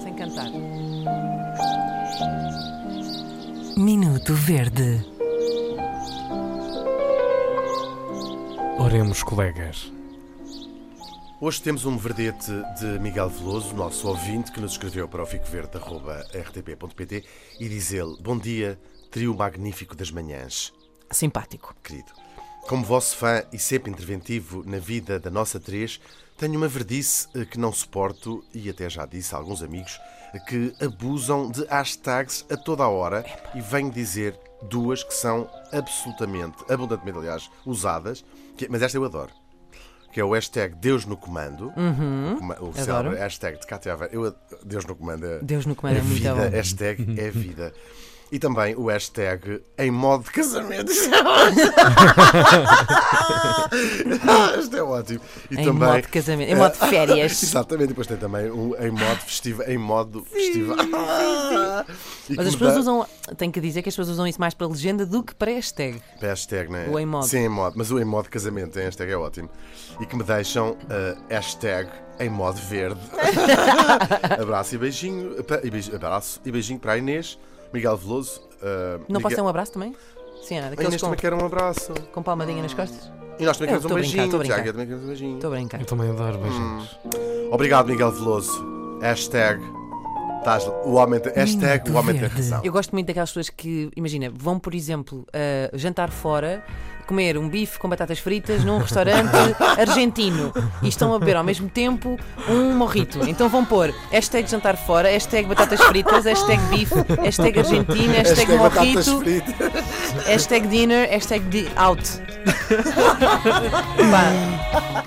Sem cantar. Minuto Verde. Oremos, colegas. Hoje temos um verdete de Miguel Veloso, nosso ouvinte, que nos escreveu para o ficoverde.rtp.pt e diz ele: Bom dia, trio magnífico das manhãs, Simpático. querido. Como vosso fã e sempre interventivo na vida da nossa três, tenho uma verdice eh, que não suporto e até já disse a alguns amigos eh, que abusam de hashtags a toda a hora e venho dizer duas que são absolutamente, abundantemente, aliás, usadas, que- mas esta eu adoro que é o hashtag Deus no Comando, o, coma- o célebre adoro. hashtag de Cátia Aveiro. Eu, ad- Deus no Comando é, Deus no Comando é muito vida, bom. hashtag é vida. E também o hashtag em modo de casamento. Isto é ótimo. E Em também, modo de casamento. Em modo de férias. Exatamente, e depois tem também um em modo festivo, em modo festival. E que Mas as me pessoas dá- usam. Tenho que dizer que as pessoas usam isso mais para legenda do que para hashtag. Para hashtag, não é? O em modo. Sim, em modo. Mas o em modo de casamento, em hashtag é ótimo. E que me deixam ah, hashtag em modo verde. abraço e beijinho. pa- e beijo- abraço e beijinho para a Inês, Miguel Veloso. ah, Não posso ter Miguel- um abraço também? Sim, Ana, A Inês daqueles com, também quer um abraço. com palmadinha nas costas? E nós também Eu queremos um tô a brincar, tô beijinho. a brincar. Tiago, eu também queremos um beijinho. Estou a brincar. Eu também adoro beijinhos. Obrigado, Miguel Veloso. Hashtag. Estás, o homem tem, hashtag o É um homem tem verde. razão. Eu gosto muito daquelas pessoas que, imagina, vão, por exemplo, a jantar fora, comer um bife com batatas fritas num restaurante argentino e estão a beber ao mesmo tempo um morrito. Então vão pôr hashtag jantar fora, hashtag batatas fritas, hashtag bife, hashtag argentino, hashtag, Hashtag batatas morrito, fritas. hashtag dinner, hashtag di- out. Pá.